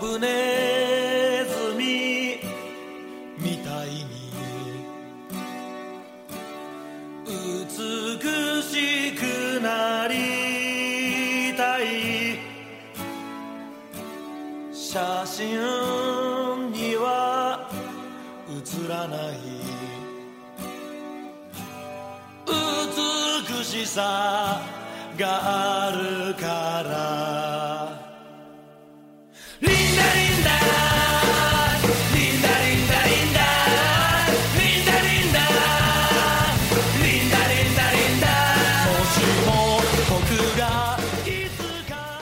ブネズミみたいに美しくなりたい写真には写らない美しさがあるからリンダリンダリンダリンダリンダリンダリンダリンダリンダリンダもしも僕がいつか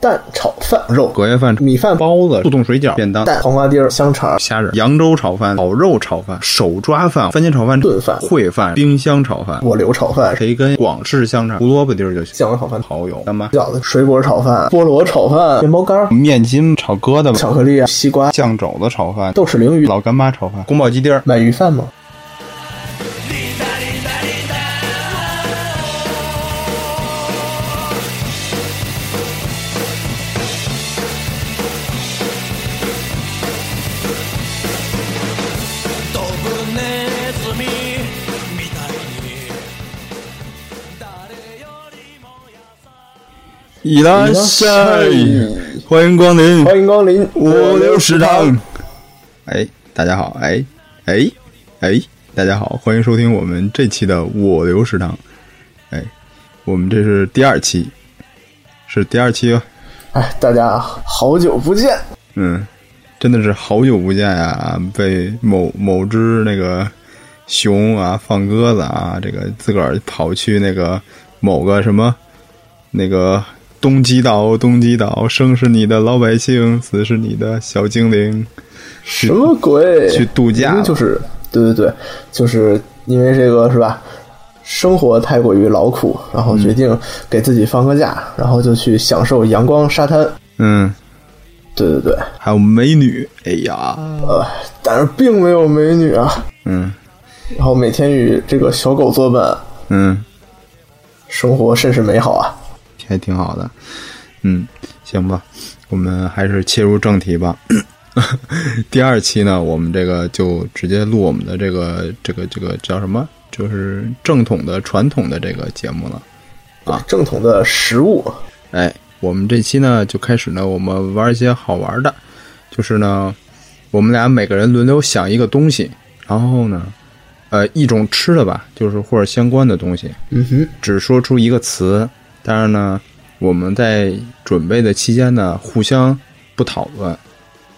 蛋炒饭、肉、隔夜饭、米饭、包子、速冻水饺、便当、蛋、黄瓜丁儿、香肠、虾仁、扬州炒饭、烤肉炒饭、手抓饭、番茄炒饭、炖饭烩饭、冰箱炒饭、火柳炒饭、培根、广式香肠、胡萝卜丁儿就行。酱油炒饭、蚝油、干妈、饺子、水果炒饭、菠萝炒饭、面包干儿、面筋炒疙瘩、巧克力、啊西瓜、酱肘子炒饭、豆豉鲮鱼、老干妈炒饭、宫保鸡丁儿、买鱼饭吗？ドブネズミみたいに誰よりもいらっしゃい欢迎光临欢迎光临五六食堂。。哎，大家好，哎，哎，哎，大家好，欢迎收听我们这期的五流食堂。哎，我们这是第二期，是第二期吧？哎，大家好久不见，嗯，真的是好久不见啊！被某某只那个熊啊、放鸽子啊，这个自个儿跑去那个某个什么那个东极岛，东极岛，生是你的老百姓，死是你的小精灵。什么鬼？去度假明了明就是，对对对，就是因为这个是吧？生活太过于劳苦，然后决定给自己放个假，然后就去享受阳光沙滩。嗯，对对对，还有美女，哎呀，呃，但是并没有美女啊。嗯然后每天与这个小狗作伴，嗯，生活甚是美好啊。还挺好的。嗯，行吧，我们还是切入正题吧。 第二期呢，我们这个就直接录我们的这个这个这个叫什么？就是正统的传统的这个节目了。啊正统的食物，哎，我们这期呢就开始呢，我们玩一些好玩的，就是呢，我们俩每个人轮流想一个东西，然后呢，呃，一种吃的吧，就是或者相关的东西，嗯哼，只说出一个词，但是呢，我们在准备的期间呢，互相不讨论。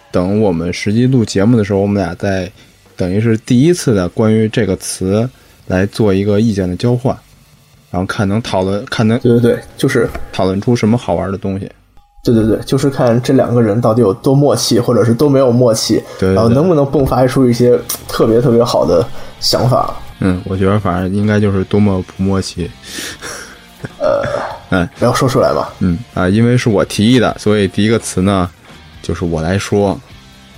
等我们实际录节目的时候，我们俩再等于是第一次的关于这个词来做一个意见的交换，然后看能讨论，看能对对对，就是，讨论出什么好玩的东西。对对对，就是看这两个人到底有多默契，或者是多没有默契，对对对然后能不能迸发出一些特别特别好的想法。嗯，我觉得反正应该就是多么不默契。不要说出来嘛。嗯啊，因为是我提议的，所以第一个词呢，就是我来说。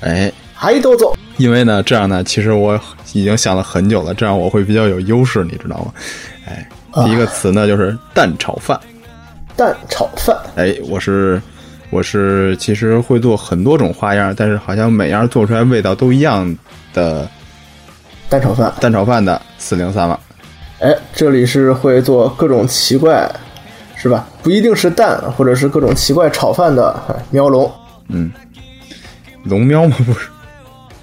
哎，はい、どうぞ。因为呢，这样呢，其实我已经想了很久了，这样我会比较有优势，你知道吗？哎，第一个词呢就是蛋炒饭。蛋炒饭，哎，我是我是其实会做很多种花样，但是好像每样做出来味道都一样的蛋炒饭。蛋炒饭的四零三了。哎，这里是会做各种奇怪，是吧？不一定是蛋，或者是各种奇怪炒饭的哎喵龙。嗯，龙喵吗？不是，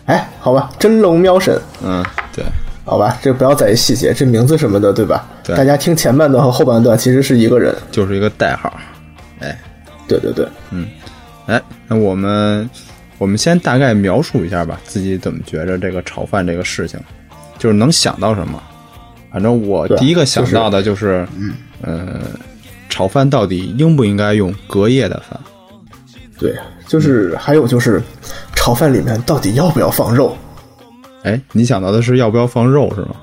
哎，好吧，真龙喵神，嗯，对，好吧，这不要在意细节，这名字什么的，对吧？对大家听前半段和后半段其实是一个人。就是一个代号。哎，对对对，哎，那我们我们先大概描述一下吧，自己怎么觉着这个炒饭这个事情，就是能想到什么。反正我对第一个想到的啊就是，呃，炒饭到底应不应该用隔夜的饭？对，就是还有就是，炒饭里面到底要不要放肉？哎，你想到的是要不要放肉是吗？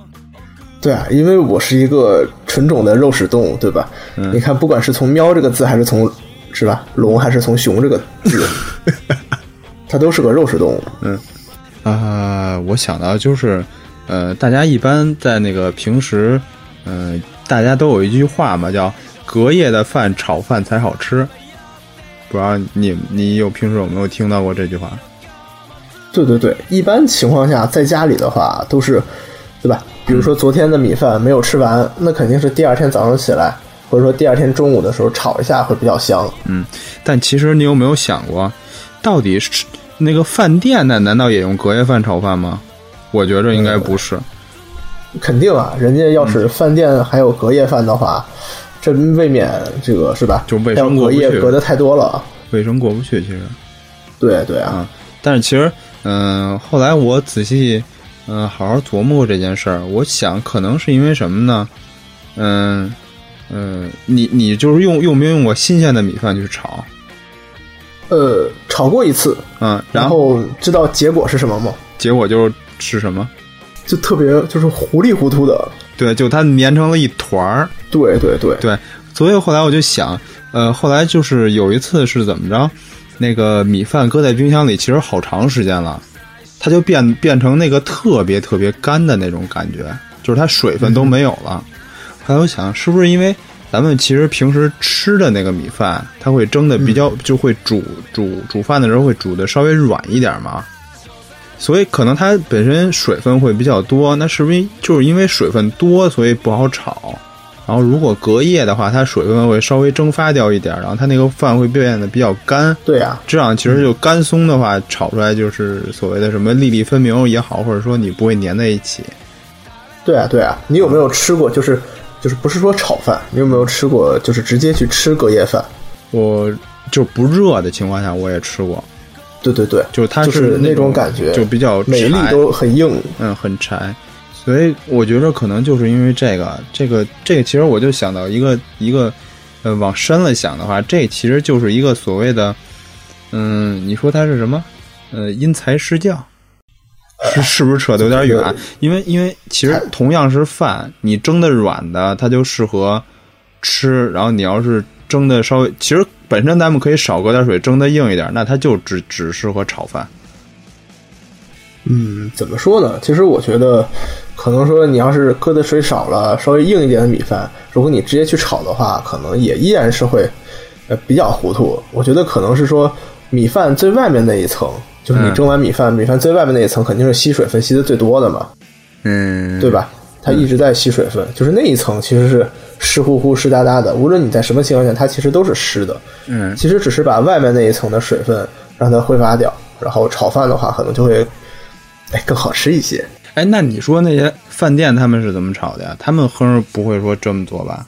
对啊，因为我是一个纯种的肉食动物，对吧？你看，不管是从“喵”这个字，还是从是吧“龙”，还是从“熊”这个字，它都是个肉食动物。啊、我想到就是，呃，大家一般在那个平时，呃，大家都有一句话嘛，叫“隔夜的饭炒饭才好吃”。不知道你你有平时有没有听到过这句话？对对对，一般情况下在家里的话都是，对吧？比如说嗯昨天的米饭没有吃完，那肯定是第二天早上起来，或者说第二天中午的时候炒一下会比较香。嗯，但其实你有没有想过，到底是那个饭店那难道也用隔夜饭炒饭吗？我觉着应该不是。肯定啊，人家要是饭店还有隔夜饭的话，这未免这个是吧？就卫要生过隔不去夜隔的太多了。卫生过不去，其实对对啊，啊。但是其实，嗯、后来我仔细，嗯、好好琢磨过这件事儿，我想可能是因为什么呢？嗯、嗯、你你就是用用没用过新鲜的米饭去炒？呃，炒过一次，嗯，然然后后知道结果是什么吗？结果就是什么？就特别就是糊里糊涂的。对，就它粘成了一团儿。对对对，对，所以后来我就想，呃，后来就是有一次是怎么着，那个米饭搁在冰箱里，其实好长时间了，它就变变成那个特别特别干的那种感觉，就是它水分都没有了。后来我想，是不是因为咱们其实平时吃的那个米饭，它会蒸的比较，就会煮煮煮饭的时候会煮的稍微软一点嘛。所以可能它本身水分会比较多，那是不是就是因为水分多，所以不好炒？然后如果隔夜的话，它水分会稍微蒸发掉一点，然后它那个饭会变得比较干。对呀、啊，这样其实就干松的话，炒出来就是所谓的什么粒粒分明也好，或者说你不会粘在一起。对啊，对啊，你有没有吃过？就是就是不是说炒饭，你有没有吃过？就是直接去吃隔夜饭？我就不热的情况下，我也吃过，对对对，就是它就是那那种感觉就比较每粒柴都很硬。嗯，很柴。所以我觉得可能就是因为这个，这个，这个，其实我就想到一个一个，呃，往深了想的话，这其实就是一个所谓的，嗯，你说它是什么？呃，因材施教，呃是是不是扯得有点这个远？因为因为其实同样是饭，你蒸的软的，它就适合吃，然后你要是蒸的稍微，其实本身咱们可以少搁点水，蒸的硬一点，那它就只只适合炒饭。嗯，怎么说呢？其实我觉得，可能说你要是搁的水少了，稍微硬一点的米饭，如果你直接去炒的话，可能也依然是会，呃，比较糊涂。我觉得可能是说米饭最外面那一层，就是你嗯蒸完米饭，米饭最外面那一层肯定是吸水分吸的最多的嘛，嗯，对吧？它一直在吸水分，就是那一层其实是湿乎乎、湿哒哒的，无论你在什么情况下，它其实都是湿的。嗯，其实只是把外面那一层的水分让它挥发掉，然后炒饭的话可能就会，哎，更好吃一些。哎，那你说那些饭店他们是怎么炒的呀？他们哼着不会说这么做吧？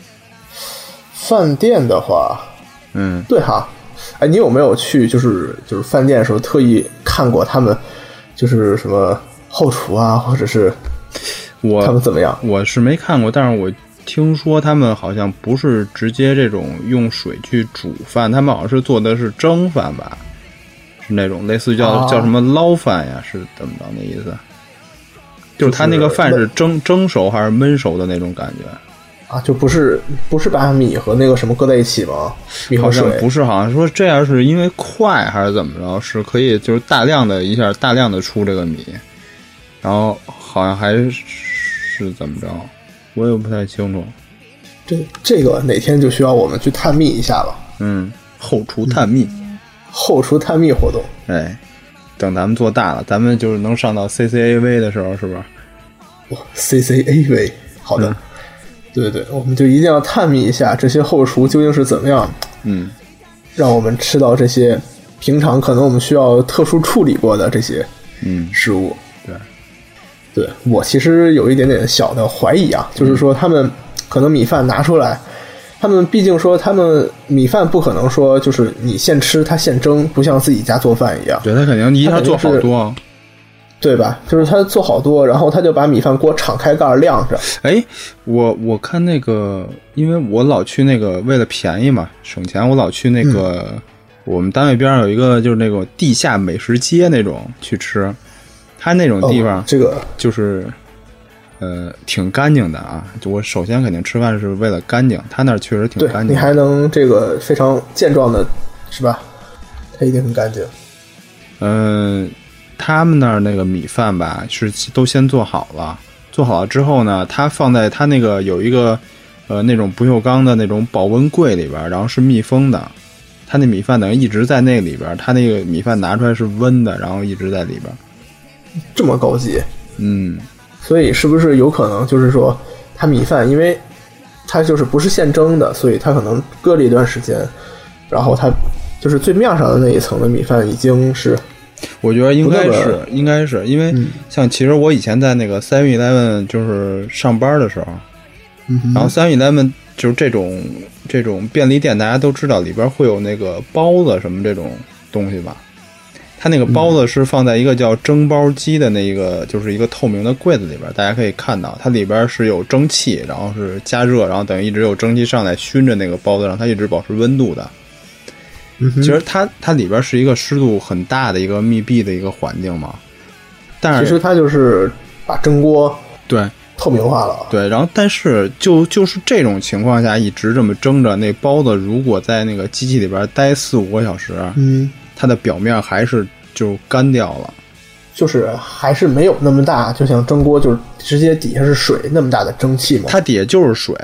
饭店的话，嗯，对哈，哎，你有没有去就是就是饭店的时候特意看过他们，就是什么后厨啊，或者是他们我怎么样？我是没看过，但是我听说他们好像不是直接这种用水去煮饭，他们好像是做的是蒸饭吧，是那种类似于叫、哦叫什么捞饭呀，是怎么着那意思？就是他那个就是饭是焖蒸蒸熟还是焖熟的那种感觉？啊，就不是不是把米和那个什么搁在一起吗？米和好像水不是，好像说这样是因为快还是怎么着，是可以就是大量的一下大量的出这个米，然后好像还是是怎么着，我也不太清楚。这这个哪天就需要我们去探秘一下了。嗯，后厨探秘，后厨探秘活动，哎，等咱们做大了，咱们就是能上到 CCAV 的时候，是不是？哇，CCAV，好的，对对，我们就一定要探秘一下这些后厨究竟是怎么样嗯，让我们吃到这些平常可能我们需要特殊处理过的这些嗯食物。对，对我其实有一点点小的怀疑啊，就是说他们可能米饭拿出来，他们毕竟说他们米饭不可能说就是你现吃它现蒸，不像自己家做饭一样，对他肯定一下做好多。啊对吧？就是他做好多，然后他就把米饭锅敞开盖儿晾着，哎，我我看那个，因为我老去那个，为了便宜嘛，省钱，我老去那嗯个、我们单位边上有一个就是那种地下美食街那种去吃，它那种地哦方嗯这个就是、呃挺干净的啊。就我首先肯定吃饭是为了干净，它那儿确实挺对干你净的。还能这个非常健壮的，是吧？它一定很干净。嗯、他们那儿那个米饭吧是都先做好了，做好了之后呢，它放在它那个有一个呃那种不锈钢的那种保温柜里边儿，然后是密封的。它那米饭等于一直在那个里边儿，它那个米饭拿出来是温的，然后一直在里边儿。这么高级，嗯，所以是不是有可能就是说，它米饭因为它就是不是现蒸的，所以它可能搁了一段时间，然后它就是最面上的那一层的米饭已经是我觉得应该不那是么，应该是因为像其实我以前在那个 Seven Eleven 就是上班的时候，嗯然后 Seven Eleven 就是这种这种便利店，大家都知道里边会有那个包子什么这种东西吧。它那个包子是放在一个叫蒸包机的那一个，就是一个透明的柜子里边，大家可以看到，它里边是有蒸汽，然后是加热，然后等于一直有蒸汽上来熏着那个包子，让它一直保持温度的。嗯其实它它里边是一个湿度很大的一个密闭的一个环境嘛，但其是实它就是把蒸锅对透明化了。对，然后但是就就是这种情况下一直这么蒸着，那包子如果在那个机器里边待四五个小时，嗯，它的表面还是就干掉了。就是还是没有那么大，就像蒸锅就是直接底下是水那么大的蒸汽嘛。它底下就是水，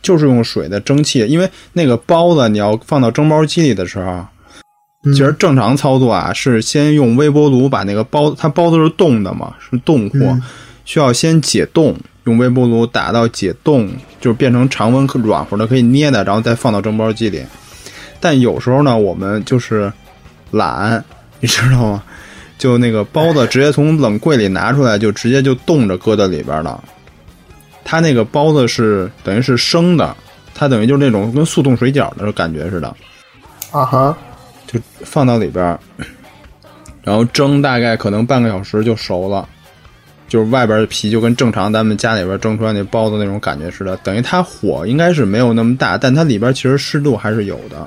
就是用水的蒸汽，因为那个包子你要放到蒸包机里的时候，嗯其实正常操作啊是先用微波炉把那个包，它包子是冻的嘛，是冻货，需要先解冻，用微波炉打到解冻，就变成常温可软和的可以捏的，然后再放到蒸包机里。但有时候呢，我们就是懒，你知道吗？就那个包子直接从冷柜里拿出来，就直接就冻着搁在里边了。它那个包子是等于是生的，它等于就是那种跟速冻水饺的感觉似的，啊哈，就放到里边儿， 然后蒸大概可能半个小时就熟了，就是外边的皮就跟正常咱们家里边蒸出来那包子那种感觉似的。等于它火应该是没有那么大，但它里边其实湿度还是有的。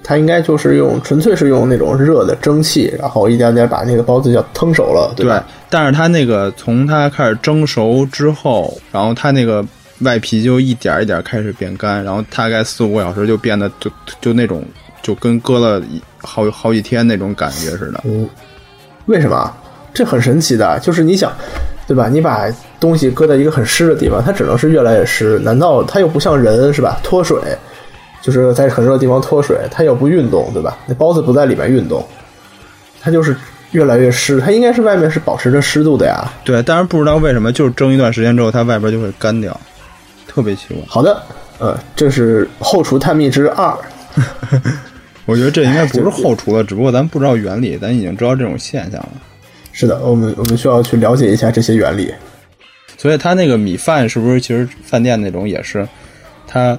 它应该就是用纯粹是用那种热的蒸汽，然后一点点把那个包子叫腾熟了，对吧？但是它那个从它开始蒸熟之后，然后它那个外皮就一点儿一点儿开始变干，然后大概四五个小时就变得就就那种就跟搁了一好好几天那种感觉似的。为什么？这很神奇的，就是你想，对吧？你把东西搁在一个很湿的地方，它只能是越来越湿。难道它又不像人是吧？脱水，就是在很热的地方脱水，它又不运动，对吧？那包子不在里面运动，它就是越来越湿。它应该是外面是保持着湿度的呀。对，但是不知道为什么，就是蒸一段时间之后，它外边就会干掉，特别奇怪。好的，呃，这是《后厨探秘之二》。我觉得这应该不是后厨了，只不过咱不知道原理，咱已经知道这种现象了。是的，我们我们需要去了解一下这些原理。所以它那个米饭是不是其实饭店那种也是，它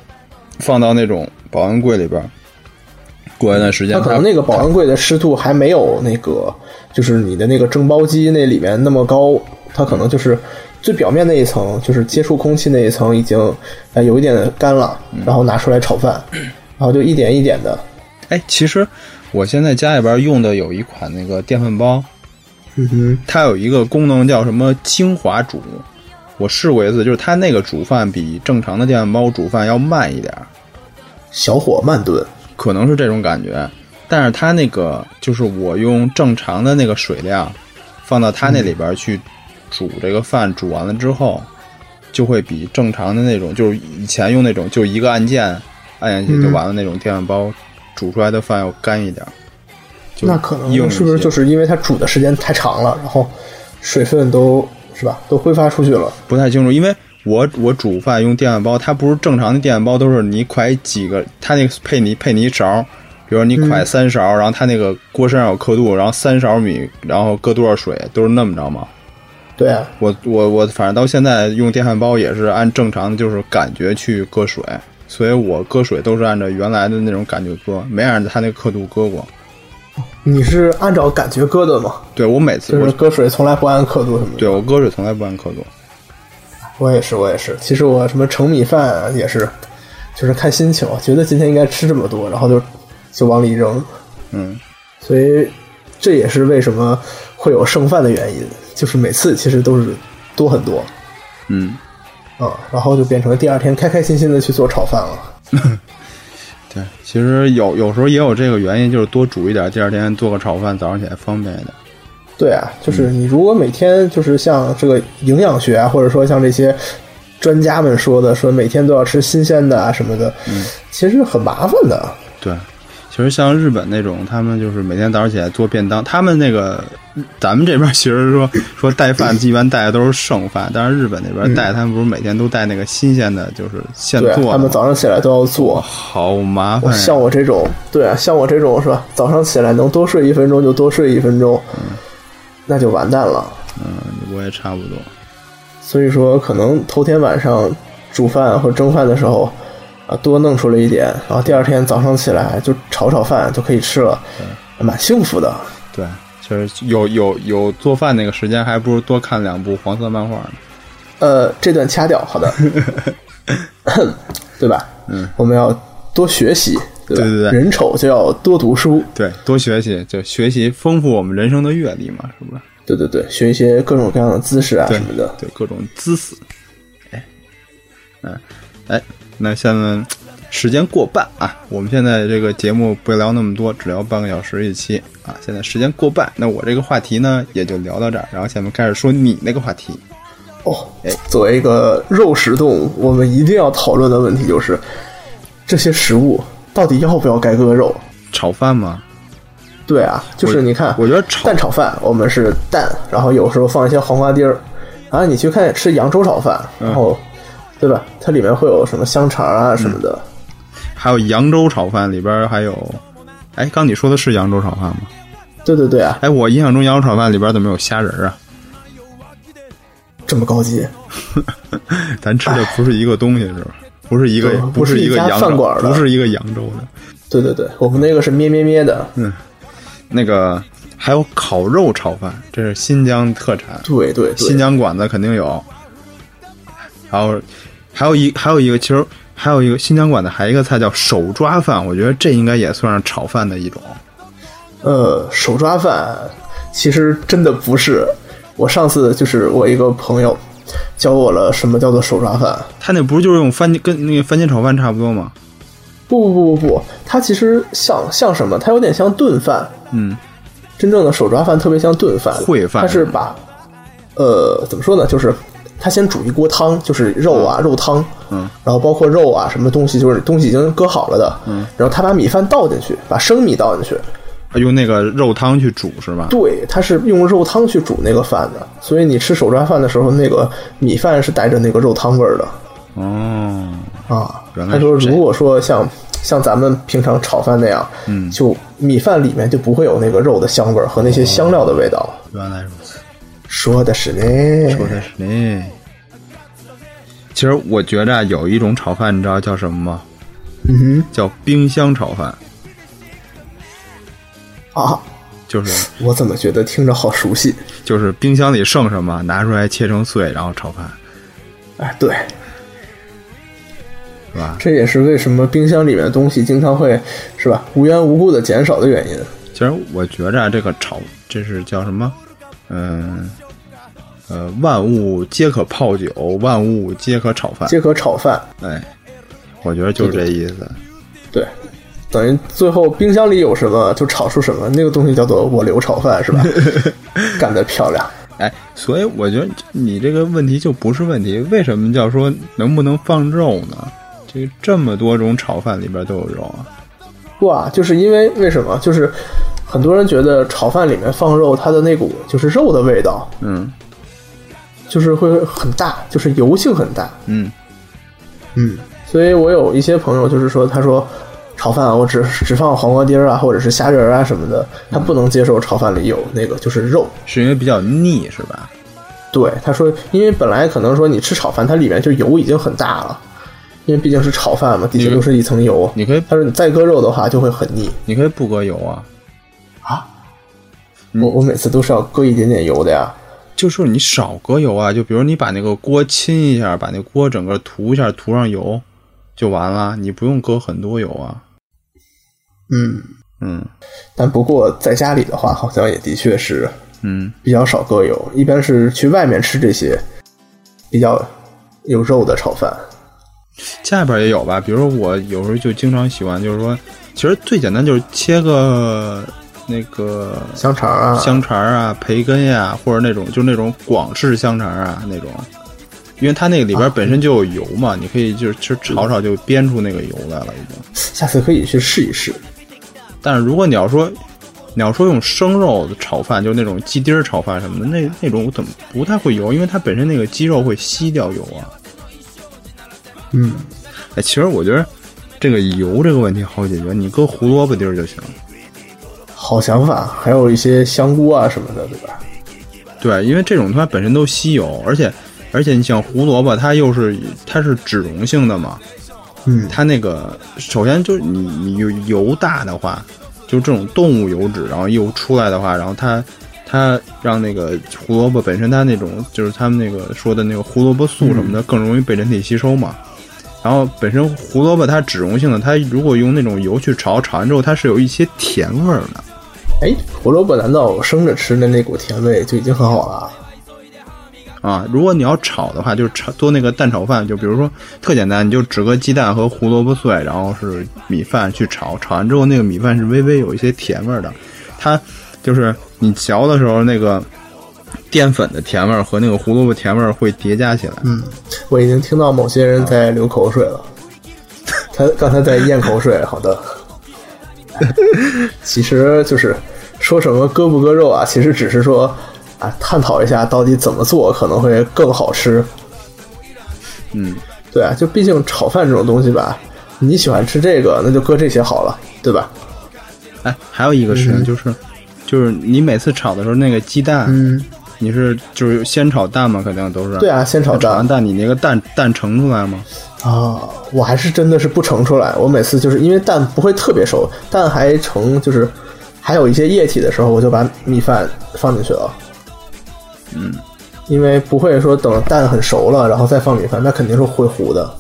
放到那种保温柜里边儿，过一段时间它可能那个保温柜的湿度还没有那个，就是你的那个蒸包机那里面那么高，它可能就是最表面那一层，就是接触空气那一层已经呃有一点干了，嗯然后拿出来炒饭，然后就一点一点的，哎，其实我现在家里边用的有一款那个电饭煲，嗯哼，它有一个功能叫什么精华煮，我试过一次，就是它那个煮饭比正常的电饭煲煮饭要慢一点儿，小火慢炖，可能是这种感觉。但是它那个就是我用正常的那个水量放到它那里边去煮这个饭，煮完了之后就会比正常的那种，就是以前用那种就一个按键按下去就完了那种电饭煲煮出来的饭要干一点儿。就那可硬能一是不是些就是因为它煮的时间太长了，然后水分都是吧都挥发出去了，不太清楚，因为我我煮饭用电饭煲，它不是正常的电饭煲，都是你㧟几个，它那个配你配你一勺，比如说你嗯㧟三勺，然后它那个锅身上有刻度，然后三勺米，然后搁多少水，都是那么着嘛。对啊，我我我，反正到现在用电饭煲也是按正常的，就是感觉去搁水，所以我搁水都是按照原来的那种感觉搁，没按照它那个刻度搁过。你是按照感觉搁的吗？对我每次就是我搁水从来不按刻度什么的。对我搁水从来不按刻度。我也是，我也是。其实我什么盛米饭啊也是，就是看心情，啊觉得今天应该吃这么多，然后就就往里扔。嗯，所以这也是为什么会有剩饭的原因，就是每次其实都是多很多嗯，啊、然后就变成第二天开开心心的去做炒饭了。对，其实有有时候也有这个原因，就是多煮一点，第二天做个炒饭，早上起来方便一点。对啊，就是你如果每天就是像这个营养学啊，或者说像这些专家们嗯说的，说每天都要吃新鲜的啊什么的，其实很麻烦的。对，其实像日本那种，他们就是每天早上起来做便当，他们那个咱们这边其实说说带饭，一般带的都是剩饭，但是日本那边带，他们不是每天都带那个新鲜的，就是现嗯对啊做他的哎们吗，早上起来都要做。好麻烦我呀。像我这种，对啊，像我这种是吧？早上起来能多睡一分钟就多睡一分钟，嗯那就完蛋了。嗯，我也差不多。所以说，可能头天晚上煮饭或蒸饭的时候，啊，多弄出来一点，然后第二天早上起来就炒炒饭就可以吃了，嗯蛮幸福的。对，其实有有有做饭那个时间，还不如多看两部黄色漫画呢。呃，这段掐掉，好的， 对吧？嗯，我们要多学习，对吧？对对对人丑就要多读书，对，多学习，就学习丰富我们人生的阅历嘛，是不是？对对对，学一些各种各样的姿势啊对什么的。对，各种姿势。哎，嗯，哎，那下面时间过半啊，我们现在这个节目不聊那么多，只聊半个小时一期啊。现在时间过半，那我这个话题呢也就聊到这儿，然后下面开始说你那个话题。哦，哎作为一个肉食动物，我们一定要讨论的问题就是，这些食物到底要不要该割肉？炒饭吗？对啊，就是你看，我觉得炒蛋炒饭，我们是蛋，然后有时候放一些黄瓜丁儿。然后你去看吃扬州炒饭，嗯然后，对吧？它里面会有什么香肠啊什么的。嗯还有扬州炒饭里边还有，哎，刚你说的是扬州炒饭吗？对对对啊，哎，我印象中扬州炒饭里边怎么有虾仁儿啊？ 这么高级，咱吃的不是一个东西是吧？不是一个对，不是一不是一个家扬饭州馆，的不是一个扬州的。对对对，我们那个是咩咩咩的，那个还有烤肉炒饭，这是新疆特产，对对对，新疆馆子肯定有。还有还有一还有一个，其实还有一个新疆馆子还有一个菜叫手抓饭，我觉得这应该也算是炒饭的一种。呃，手抓饭其实真的不是。我上次就是我一个朋友教我了什么叫做手抓饭。它那不是就是用番茄跟那个番茄炒饭差不多吗？不不不不不，它其实像像什么？它有点像炖饭。嗯，真正的手抓饭特别像炖饭，烩饭它是把呃怎么说呢？就是它先煮一锅汤，就是肉啊、肉汤，嗯，然后包括肉啊什么东西，就是东西已经割好了的，嗯，然后他把米饭倒进去，把生米倒进去，啊用那个肉汤去煮是吧？对，它是用肉汤去煮那个饭的，所以你吃手抓饭的时候，那个米饭是带着那个肉汤味儿的哦，啊。原来他是说，这样如果说像像咱们平常炒饭那样，嗯，就米饭里面就不会有那个肉的香味儿和那些香料的味道。原来如此。说的是呢，嗯说的是呢。其实我觉着啊，有一种炒饭，你知道叫什么吗？嗯叫冰箱炒饭，哼啊，就是我怎么觉得听着好熟悉？就是冰箱里剩什么，拿出来切成碎，然后炒饭，哎，对，是吧？这也是为什么冰箱里面的东西经常会是吧无缘无故的减少的原因。其实我觉着啊，这个炒，这是叫什么？嗯，呃，万物皆可泡酒，万物皆可炒饭。皆可炒饭，哎，我觉得就是这意思。对，等于最后冰箱里有什么就炒出什么，那个东西叫做我留炒饭是 吧？干得漂亮，哎，所以我觉得你这个问题就不是问题，为什么叫说能不能放肉呢？这个这么多种炒饭里边都有肉啊。哇！就是因为为什么？就是很多人觉得炒饭里面放肉，它的那股就是肉的味道，嗯就是会很大，就是油性很大。嗯，嗯，所以我有一些朋友就是说，他说炒饭啊，我只只放黄瓜丁儿啊，或者是虾仁儿啊什么的，他不能接受炒饭里有那个就是肉。是因为比较腻是吧？对，他说，因为本来可能说你吃炒饭，它里面就油已经很大了，因为毕竟是炒饭嘛，底下你都是一层油。你可以他说你再搁肉的话就会很腻。你可以不搁油啊，我我每次都是要搁一点点油的呀。就是你少搁油啊，就比如你把那个锅亲一下，把那锅整个涂一下，涂上油就完了，你不用搁很多油啊。嗯，嗯但不过在家里的话，好像也的确是嗯，比较少搁油，一般是去外面吃这些比较有肉的炒饭。下边也有吧，比如说我有时候就经常喜欢，就是说，其实最简单就是切个那个香肠啊，香肠啊、培根呀、或者那种就是那种广式香肠啊那种，因为它那个里边本身就有油嘛，你可以就是吃炒炒就煸出那个油来了，已经。下次可以去试一试。但是如果你要说你要说用生肉炒饭，就是那种鸡丁儿炒饭什么的，那那种我怎么不太会油，因为它本身那个鸡肉会吸掉油啊。嗯，哎，其实我觉得这个油这个问题好解决，你搁胡萝卜丁儿就行。好想法，还有一些香菇啊什么的，对吧？对，因为这种它本身都吸油，而且而且你像胡萝卜，它又是它是脂溶性的嘛，嗯，它那个首先就是你你油油大的话，就这种动物油脂，然后又出来的话，然后它它让那个胡萝卜本身它那种就是他们那个说的那个胡萝卜素什么的更容易被人体吸收嘛。然后本身胡萝卜它脂溶性的，它如果用那种油去炒，炒完之后它是有一些甜味儿的。哎，胡萝卜难道生着吃的那股甜味就已经很好了啊？啊，如果你要炒的话，就是炒做那个蛋炒饭，就比如说特简单，你就只搁鸡蛋和胡萝卜碎，然后是米饭去炒，炒完之后那个米饭是微微有一些甜味儿的，它就是你嚼的时候那个淀粉的甜味儿和那个胡萝卜甜味儿会叠加起来。嗯，我已经听到某些人在流口水了，他刚才在咽口水。好的，其实就是说什么割不割肉啊，其实只是说啊，探讨一下到底怎么做可能会更好吃。嗯，对啊，就毕竟炒饭这种东西吧，你喜欢吃这个，那就搁这些好了，对吧？哎，还有一个事情就是，就是你每次炒的时候那个鸡蛋，嗯，你是就是先炒蛋嘛，肯定都是。对啊，先炒那炒蛋完蛋，你那个蛋蛋盛出来吗？啊，我还是真的是不盛出来。我每次就是因为蛋不会特别熟，蛋还成就是还有一些液体的时候，我就把米饭放进去了。嗯，因为不会说等蛋很熟了，然后再放米饭，那肯定是会糊的。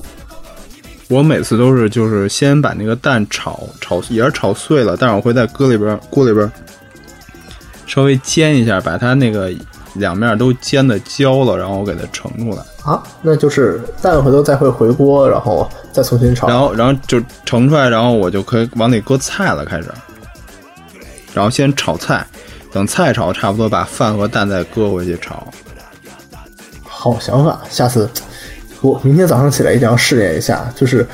我每次都是就是先把那个蛋炒炒也是炒碎了，但是我会在搁里边儿锅里边儿稍微煎一下，把它那个两面都煎的焦了，然后我给它盛出来，啊，那就是蛋回头再会回锅，然后再重新炒。然后然后就盛出来，然后我就可以往里搁菜了，开始，然后先炒菜，等菜炒差不多，把饭和蛋再搁回去炒。好想法，下次我明天早上起来一定要试验一下，就是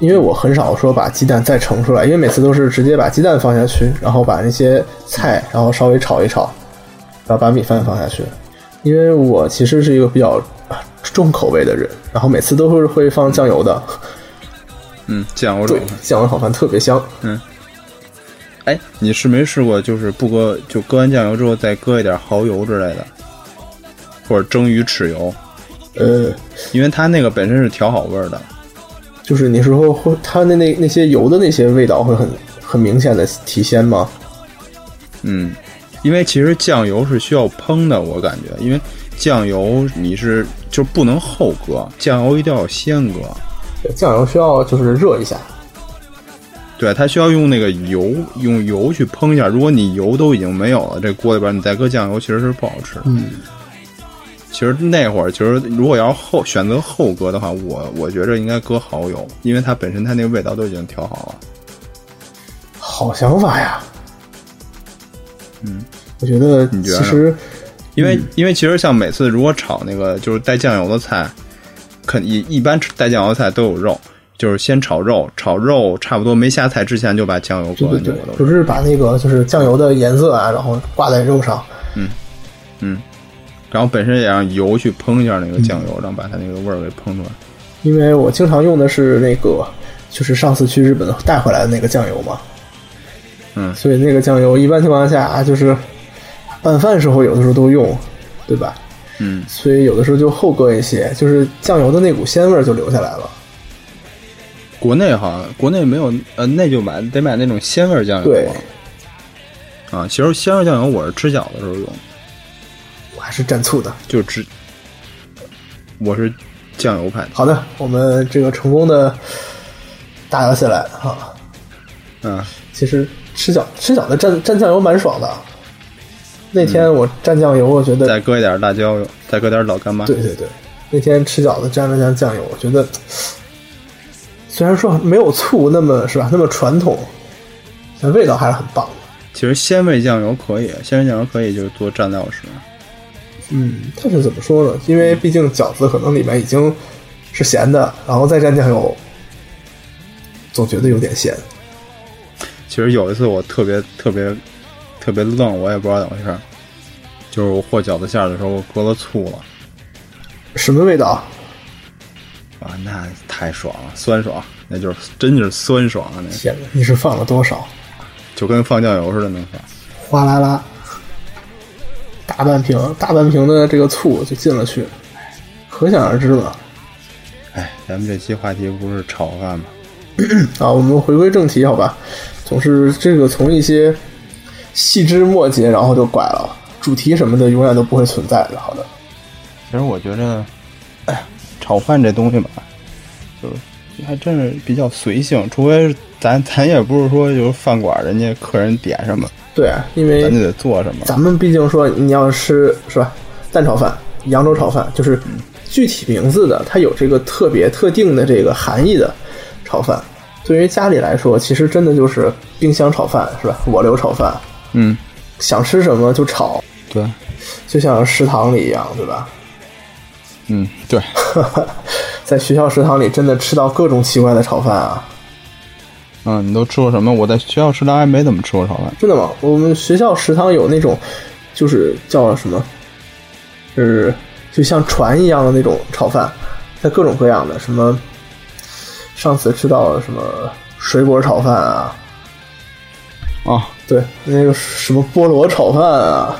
因为我很少说把鸡蛋再盛出来，因为每次都是直接把鸡蛋放下去，然后把那些菜然后稍微炒一炒，然后把米饭放下去。因为我其实是一个比较啊重口味的人，然后每次都是会放酱油的，嗯，酱油炒对饭。，酱油炒饭特别香。哎，你试没试过就是不搁就搁完酱油之后再搁一点蚝油之类的，或者蒸鱼豉油？呃，因为它那个本身是调好味儿的。就是你说会它的那那些油的那些味道会很很明显的体现吗？嗯，因为其实酱油是需要烹的，我感觉，因为酱油你是就不能后搁，酱油一定要先搁。酱油需要就是热一下，对，它需要用那个油，用油去烹一下。如果你油都已经没有了，这锅里边你再搁酱油，其实是不好吃的。嗯，其实那会儿，其实如果要后选择后搁的话，我我觉着应该搁蚝油，因为它本身它那个味道都已经调好了。好想法呀。嗯，我觉得你其觉得呢实因嗯为、因为其实像每次如果炒那个就是带酱油的菜，肯一一般带酱油的菜都有肉，就是先炒肉，炒肉差不多没下菜之前就把酱油对搁对进去，对我，都不是是把那个就是酱油的颜色啊，然后挂在肉上，嗯，然后本身也让油去烹一下那个酱油，然后把它那个味儿给烹出来。因为我经常用的是那个就是上次去日本带回来的那个酱油嘛，嗯所以那个酱油一般情况下啊就是拌饭时候有的时候都用，对吧？嗯，所以有的时候就后搁一些，就是酱油的那股鲜味儿就留下来了。国内好像国内没有，呃，那就买得买那种鲜味儿酱油。对，啊，其实鲜味儿酱油我是吃饺子的时候用，我还是蘸醋的。就只我是酱油派的。好的，我们这个成功的打了起来哈。嗯，其实吃饺吃饺子蘸蘸酱油蛮爽的。那天我蘸酱油，我觉得、再搁一点辣椒油，再搁点老干妈。对对对，那天吃饺子蘸了蘸酱油，我觉得虽然说没有醋那么是吧，那么传统，但味道还是很棒的。其实鲜味酱油可以，鲜味酱油可以就是做蘸料使。嗯，但是怎么说呢？因为毕竟饺子可能里面已经是咸的，然后再蘸酱油，总觉得有点咸。其实有一次我特别特别特别愣，我也不知道怎么回事儿，就是我和饺子馅儿的时候，我搁了醋了。什么味道？啊，那太爽了，酸爽，那就是真就是酸爽啊！那个天哪，你是放了多少？就跟放酱油似的那个。哗啦啦，大半瓶大半瓶的这个醋就进了去，可想而知嘛。哎，咱们这期话题不是炒饭吗？啊，我们回归正题，好吧？总是这个从一些细枝末节，然后就拐了，主题什么的永远都不会存在的。好的，其实我觉着，哎呀，炒饭这东西吧，就是还真是比较随性，除非是咱咱也不是说就是饭馆人家客人点什么，对，啊因为咱就得做什么。咱们毕竟说你要吃是吧？蛋炒饭、扬州炒饭，就是具体名字的，它有这个特别特定的这个含义的炒饭。对于家里来说，其实真的就是冰箱炒饭是吧？我留炒饭，嗯，想吃什么就炒，对，就像食堂里一样，对吧？ 嗯对，在学校食堂里真的吃到各种奇怪的炒饭啊！嗯，你都吃过什么？我在学校食堂还没怎么吃过炒饭。真的吗？我们学校食堂有那种，就是叫什么，就是就像船一样的那种炒饭，它各种各样的，什么上次吃到了什么水果炒饭啊，啊，对，那个什么菠萝炒饭啊，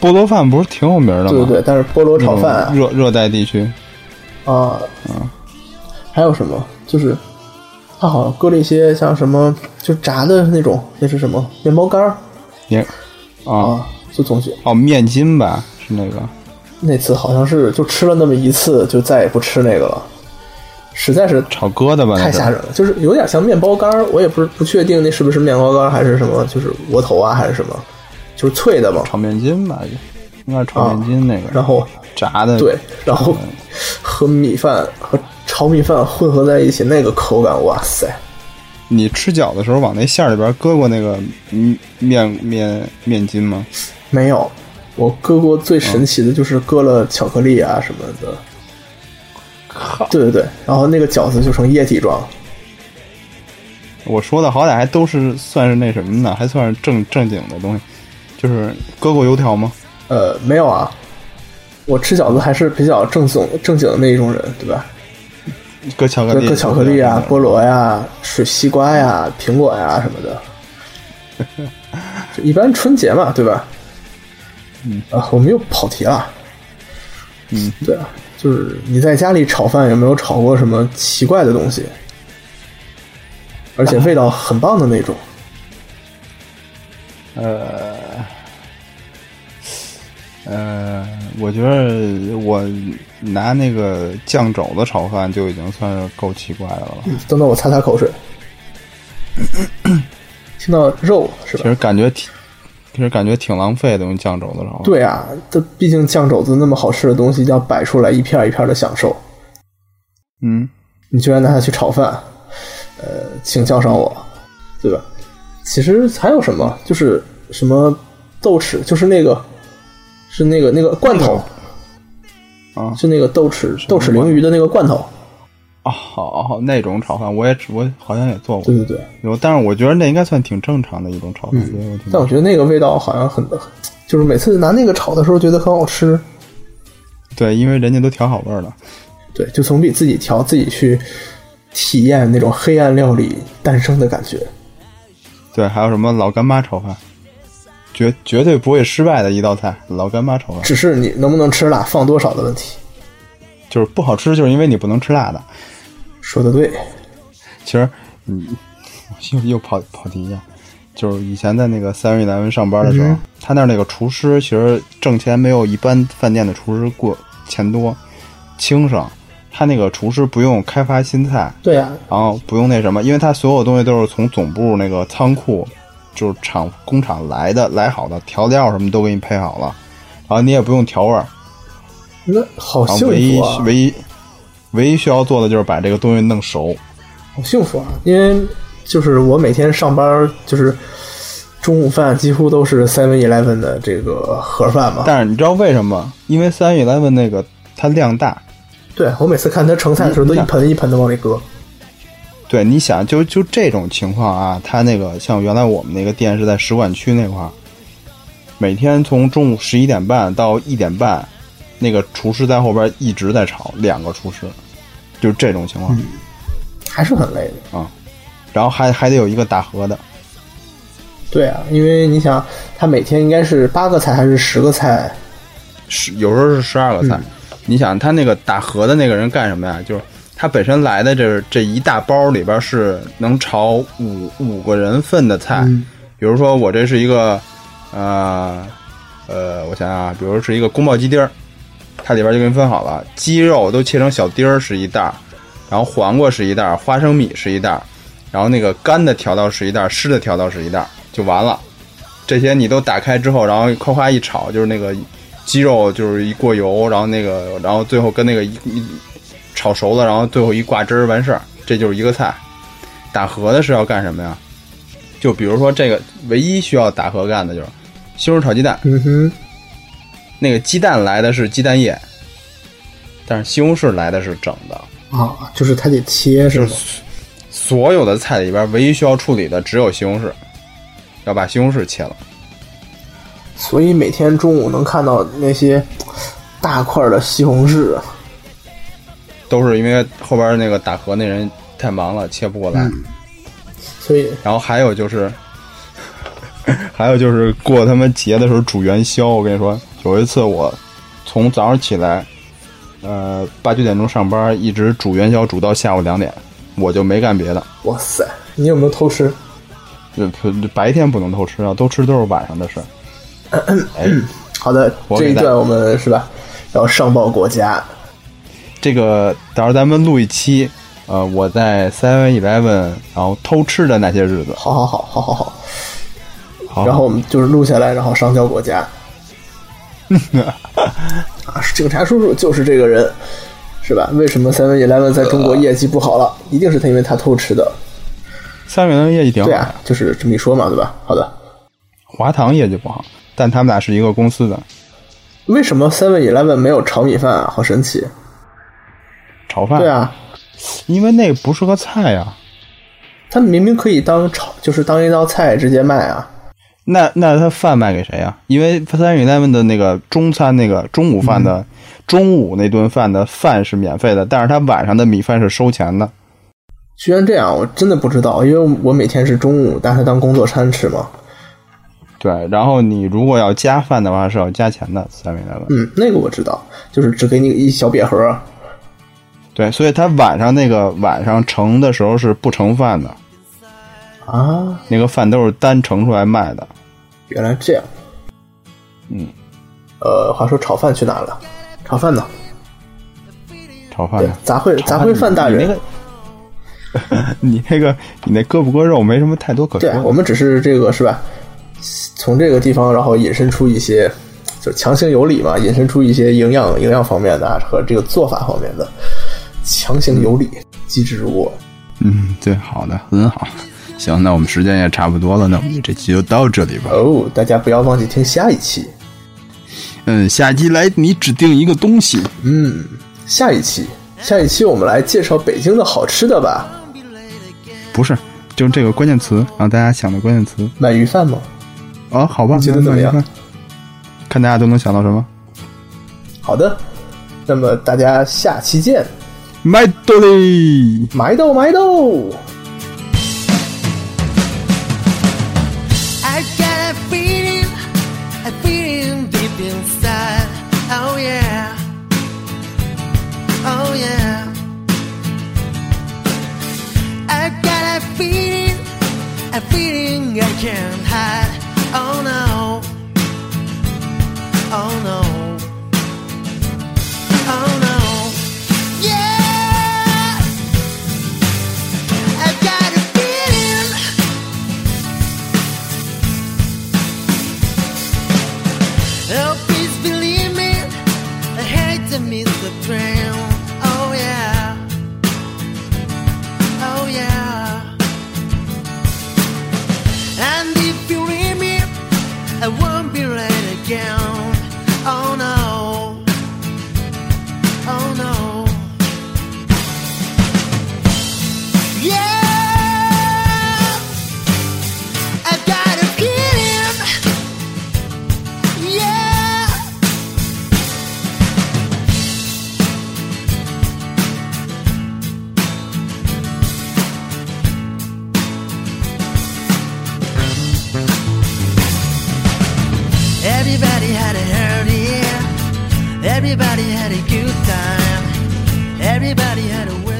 菠萝饭不是挺有名的吗？对对对，但是菠萝那炒种饭啊，热热带地区，啊，嗯还有什么？就是它好像搁了一些像什么，就炸的那种，那是什么面包干儿也啊啊？就总觉哦，面筋吧，是那个。那次好像是就吃了那么一次，就再也不吃那个了，实在是炒疙瘩吧，那太是吓人了。就是有点像面包干儿，我也不是不确定那是不是面包干儿还是什么，就是窝头啊还是什么，就是脆的嘛。炒面筋吧，应该是炒面筋那个，啊然后炸的，对，然后和米饭和炒米饭混合在一起，那个口感，哇塞！你吃饺子的时候往那馅儿里边搁过那个嗯面面面筋吗？没有，我割过最神奇的就是割了巧克力啊什么的。靠！对对对，然后那个饺子就成液体状。我说的好歹还都是算是那什么呢，还算是正正经的东西，就是搁过油条吗？呃，没有啊，我吃饺子还是比较正宗正经的那一种人，对吧？搁巧克力，割巧克力啊，菠萝呀、水西瓜呀、苹果呀、什么 的。就一般春节嘛，对吧？嗯啊，我们又跑题了。嗯，对啊，就是你在家里炒饭有没有炒过什么奇怪的东西？而且味道很棒的那种。呃，呃，我觉得我拿那个酱肘子炒饭就已经算是够奇怪的了。等等，我擦擦口 水。听到肉是其吧？实感觉挺，其实感觉挺浪费的，用酱肘子炒。，对啊，这毕竟酱肘子那么好吃的东西，要摆出来一片儿一片的享受，嗯，你居然拿它去炒饭，呃，请叫上我，对吧？其实还有什么，就是什么豆豉，就是那个，是那个那个罐头，啊是那个豆豉豆豉鲮鱼的那个罐头，哦，好好那种炒饭，我也吃我好像也做过对，对嗯对。有，但是我觉得那应该算挺正常的一种炒饭。所以我觉但得我觉得那个味道好像很，就是每次拿那个炒的时候觉得很好吃，对，因为人家都调好味儿了。对，就总比自己调自己去体验那种黑暗料理诞生的感觉。对，还有什么老干妈炒饭，绝绝对不会失败的一道菜，老干妈炒饭只是你能不能吃辣、放多少的问题。就是不好吃，就是因为你不能吃辣的。说的对，其实，嗯， 又又跑跑题一样，就是以前在那个三瑞南文上班的时候，他那儿那个厨师其实挣钱没有一般饭店的厨师过钱多，轻省。他那个厨师不用开发新菜，对啊呀、然后不用那什么，因为他所有东西都是从总部那个仓库，就是厂工厂来的，来好的调料什么都给你配好了，然后你也不用调味儿，那好然幸后唯一 福啊，唯一唯一需要做的就是把这个东西弄熟。好幸福啊！因为就是我每天上班，就是中午饭几乎都是 Seven Eleven 的这个盒饭嘛。但是你知道为什么？因为三 eleven 那个它量大，对我每次看他盛菜的时候，都一盆一盆的往里搁。对，你想，就就这种情况啊，他那个像原来我们那个店是在使馆区那块儿，每天从中午十一点半到一点半，那个厨师在后边一直在炒，两个厨师，就是这种情况，还是很累的。然后还还得有一个打和的，对啊，因为你想，他每天应该是八个菜还是十个菜？十有时候是十二个菜。你想他那个打和的那个人干什么呀？就是他本身来的这这一大包里边是能炒五五个人份的菜，嗯比如说我这是一个，呃呃，我想想啊，比如是一个宫保鸡丁儿，它里边就给你分好了，鸡肉都切成小丁儿是一袋儿，然后黄瓜是一袋儿，花生米是一袋儿，然后那个干的调料是一袋儿，湿的调料是一袋儿，就完了。这些你都打开之后，然后夸夸一炒，就是那个鸡肉就是一过油，然后那个，然后最后跟那个一一炒熟了，然后最后一挂汁儿完事儿，这就是一个菜。打和的是要干什么呀？就比如说这个唯一需要打和干的就是西红柿炒鸡蛋，嗯哼，那个鸡蛋来的是鸡蛋液，但是西红柿来的是整的，啊，就是他得切是就吗是？所有的菜里边唯一需要处理的只有西红柿，要把西红柿切了。所以每天中午能看到那些大块的西红柿啊。都是因为后边那个打和那人太忙了，切不过来。所以然后还有就是， 还有就是过他妈节的时候煮元宵，我跟你说，有一次我从早上起来，呃八九点钟上班，一直煮元宵煮到下午两点，我就没干别的。哇塞，你有没有偷吃？就就白天不能偷吃啊，都吃都是晚上的事儿。哎，好的，我这给一大段我们是吧，要上报国家。这个到时候咱们录一期，呃，我在 Seven Eleven 然后偷吃的那些日子。好好好好好好，好然后我们就是录下来，然后上交国 家。啊，警察叔叔就是这个人，是吧？为什么 Seven Eleven 在中国业绩不好了？一定是他因为他偷吃的。三元业绩挺好对的。啊，就是这么一说嘛，对吧？好的。华堂业绩不好，但他们俩是一个公司的，为什么 Seven Eleven 没有炒米饭啊？好神奇！炒饭。对，啊，因为那不是个菜啊呀、他明明可以当炒，就是当一道菜直接卖啊。那那他饭卖给谁呀、因为三元 eleven 的那个中餐那个中午饭嗯的、中午那顿饭的饭是免费的，但是他晚上的米饭是收钱的。居然这样，我真的不知道，因为我每天是中午拿它当工作餐吃嘛。对，然后你如果要加饭的话是要加钱的三元 eleven。嗯，那个我知道，就是只给你一小瘪盒儿。啊对，所以他晚上那个晚上盛的时候是不盛饭的，啊，那个饭都是单盛出来卖的。原来这样。嗯，呃，话说炒饭去哪了？炒饭呢？炒饭对的，杂烩炒杂烩饭大你人。你那个 你那个你那割不割肉没什么太多可说对的。啊，我们只是这个是吧？从这个地方，然后引申出一些，就是强行有理嘛，引申出一些营养营养方面的啊和这个做法方面的强行有理，机智如我。嗯，对，好的，很好。行，那我们时间也差不多了，那我们这期就到这里吧。哦，大家不要忘记听下一期。嗯，下期来你指定一个东西，嗯，下一期，下一期我们来介绍北京的好吃的吧，不是，就是这个关键词，然后大家想的关键词鳗鱼饭吗？啊、好吧，你觉得怎么样那你看？看大家都能想到什么？好的，那么大家下期见，麦兜里。埋豆埋豆。 I got a feeling, a feeling deep inside. Oh yeah, oh yeah. I got a feeling, a feeling I can't hide. Oh no, oh no, oh no. Yeah, I got a feeling. Oh, please believe me, I hate to miss the train. Oh yeah, oh yeah. And if you leave me, I won't be late again. Oh Everybody had a good time. Everybody had a way.